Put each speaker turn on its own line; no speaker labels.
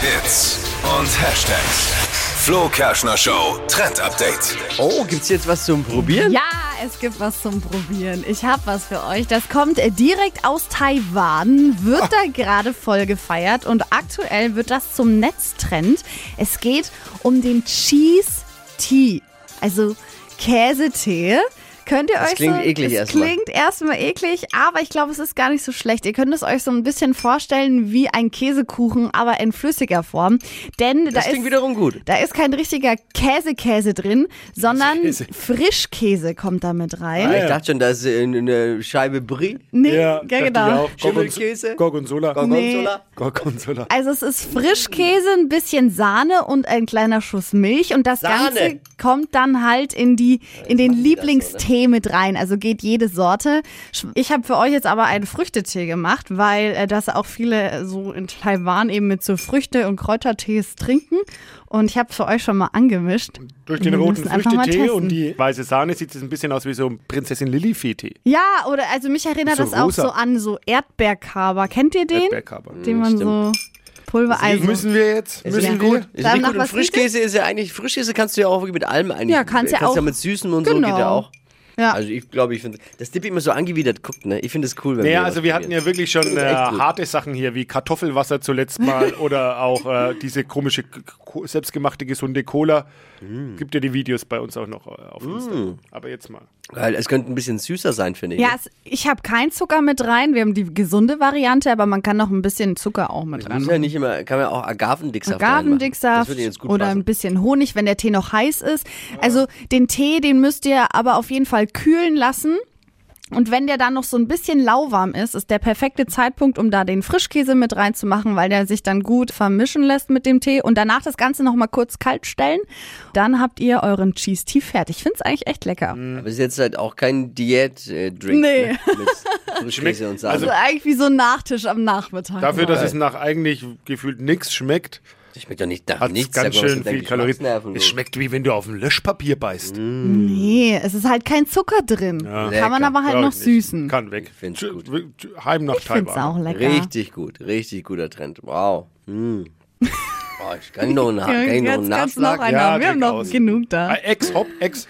Hits und Hashtags. Flo Kerschner Show Trend Update.
Oh, gibt's jetzt was zum Probieren?
Ja, es gibt was zum Probieren. Ich habe was für euch. Das kommt äh, direkt aus Taiwan, wird
Ah.
da gerade voll gefeiert und aktuell wird das zum Netztrend. Es geht um den Cheese Tea, also Käsetee. Könnt ihr
Das
euch
klingt
so,
eklig
es
erstmal.
klingt erstmal eklig, aber ich glaube, es ist gar nicht so schlecht. Ihr könnt es euch so ein bisschen vorstellen wie ein Käsekuchen, aber in flüssiger Form, denn
Das
da
klingt
ist
wiederum gut.
da ist kein richtiger Käse-Käse drin, sondern
Käse.
Frischkäse kommt da mit rein.
Ah, Ich dachte schon, da ist äh, eine Scheibe Brie.
Nee,
Ja,
ja,
dachte ich
genau.
auch. Gorgon-
Schimmelkäse?
Gorgonzola.
Gorgonzola?
Gorgonzola.
Also es ist Frischkäse, ein bisschen Sahne und ein kleiner Schuss Milch und das
Sahne.
Ganze kommt dann halt in die in den Lieblingstee mit rein. Also geht jede Sorte. Sch- Ich habe für euch jetzt aber einen Früchtetee gemacht, weil äh, das auch viele äh, so in Taiwan eben mit so Früchte und Kräutertees trinken und ich habe für euch schon mal angemischt.
Durch den
Wir
roten
müssen einfach mal
Früchtetee
testen.
und die weiße Sahne sieht es ein bisschen aus wie so ein Prinzessin Lilifee-Tee.
Ja, oder also mich erinnert
So
das auch
rosa.
so an so Erdbeerkaber. Kennt ihr den?
Erdbeerkörper.
Den also. man so Pulvereisen.
Müssen wir jetzt?
Ist
Müssen
nicht
wir?
gut. Ist
Dann
nicht
nach
gut. Und
was
Frischkäse ist ja eigentlich, Frischkäse kannst du ja auch mit allem eigentlich.
Ja, kannst ja auch.
ja mit Süßen und so geht ja
Genau.
auch.
Ja.
Also ich glaube, ich finde, das Dippi immer so angewidert guckt, ne? Ich finde es cool, wenn
Naja,
wir
also wir
was
hatten ja wirklich schon
ist
äh,
echt gut.
harte Sachen hier, wie Kartoffelwasser zuletzt mal oder auch äh, diese komische, k- k- selbstgemachte, gesunde Cola. Gibt ja die Videos bei uns auch noch äh, auf Instagram. Aber jetzt mal.
probieren. Weil es könnte ein bisschen süßer sein, finde ich.
Ja, es, ich habe keinen Zucker mit rein. Wir haben die gesunde Variante, aber man kann noch ein bisschen Zucker auch mit
Muss
rein.
ja nicht immer, kann man ja auch Agavendicksaft reinmachen. Das
Agavendicksaft
würde jetzt gut
oder ein
passen.
bisschen Honig, wenn der Tee noch heiß ist. Also den Tee, den müsst ihr aber auf jeden Fall kühlen lassen. Und wenn der dann noch so ein bisschen lauwarm ist, ist der perfekte Zeitpunkt, um da den Frischkäse mit reinzumachen, weil der sich dann gut vermischen lässt mit dem Tee. Und danach das Ganze nochmal kurz kalt stellen. Dann habt ihr euren Cheese-Tee fertig. Ich find's eigentlich echt lecker.
Aber es ist jetzt halt auch kein Diät-Drink.
Nee.
Ne? Mit Frischkäse und Sahne.
Also eigentlich wie so ein Nachtisch am Nachmittag.
Dafür, dass
Geil.
es nach eigentlich gefühlt nichts schmeckt,
Das schmeckt doch nicht nach
hat es
nichts. sag mal,
ganz
was
schön
sind denn
viel Kalorien.
Geschmacksnerven
Es
los?
schmeckt wie wenn du auf ein Löschpapier beißt.
Nee, es ist halt kein Zucker drin. Kann man
Lecker.
aber halt
Brauch
noch
ich nicht.
süßen.
Kann weg.
find's
Tsch-
gut.
w- tsch- Heim nach
Ich find's
Taiwan.
auch lecker.
Richtig gut, richtig guter Trend. Wow. Hm. Oh, ich kann noch einen, kann ich noch einen
Jetzt kannst du noch
Nachschlag.
einen
Ja,
haben. Wir haben
trink
noch
aus.
genug da.
Ah, Ex, hopp, ex.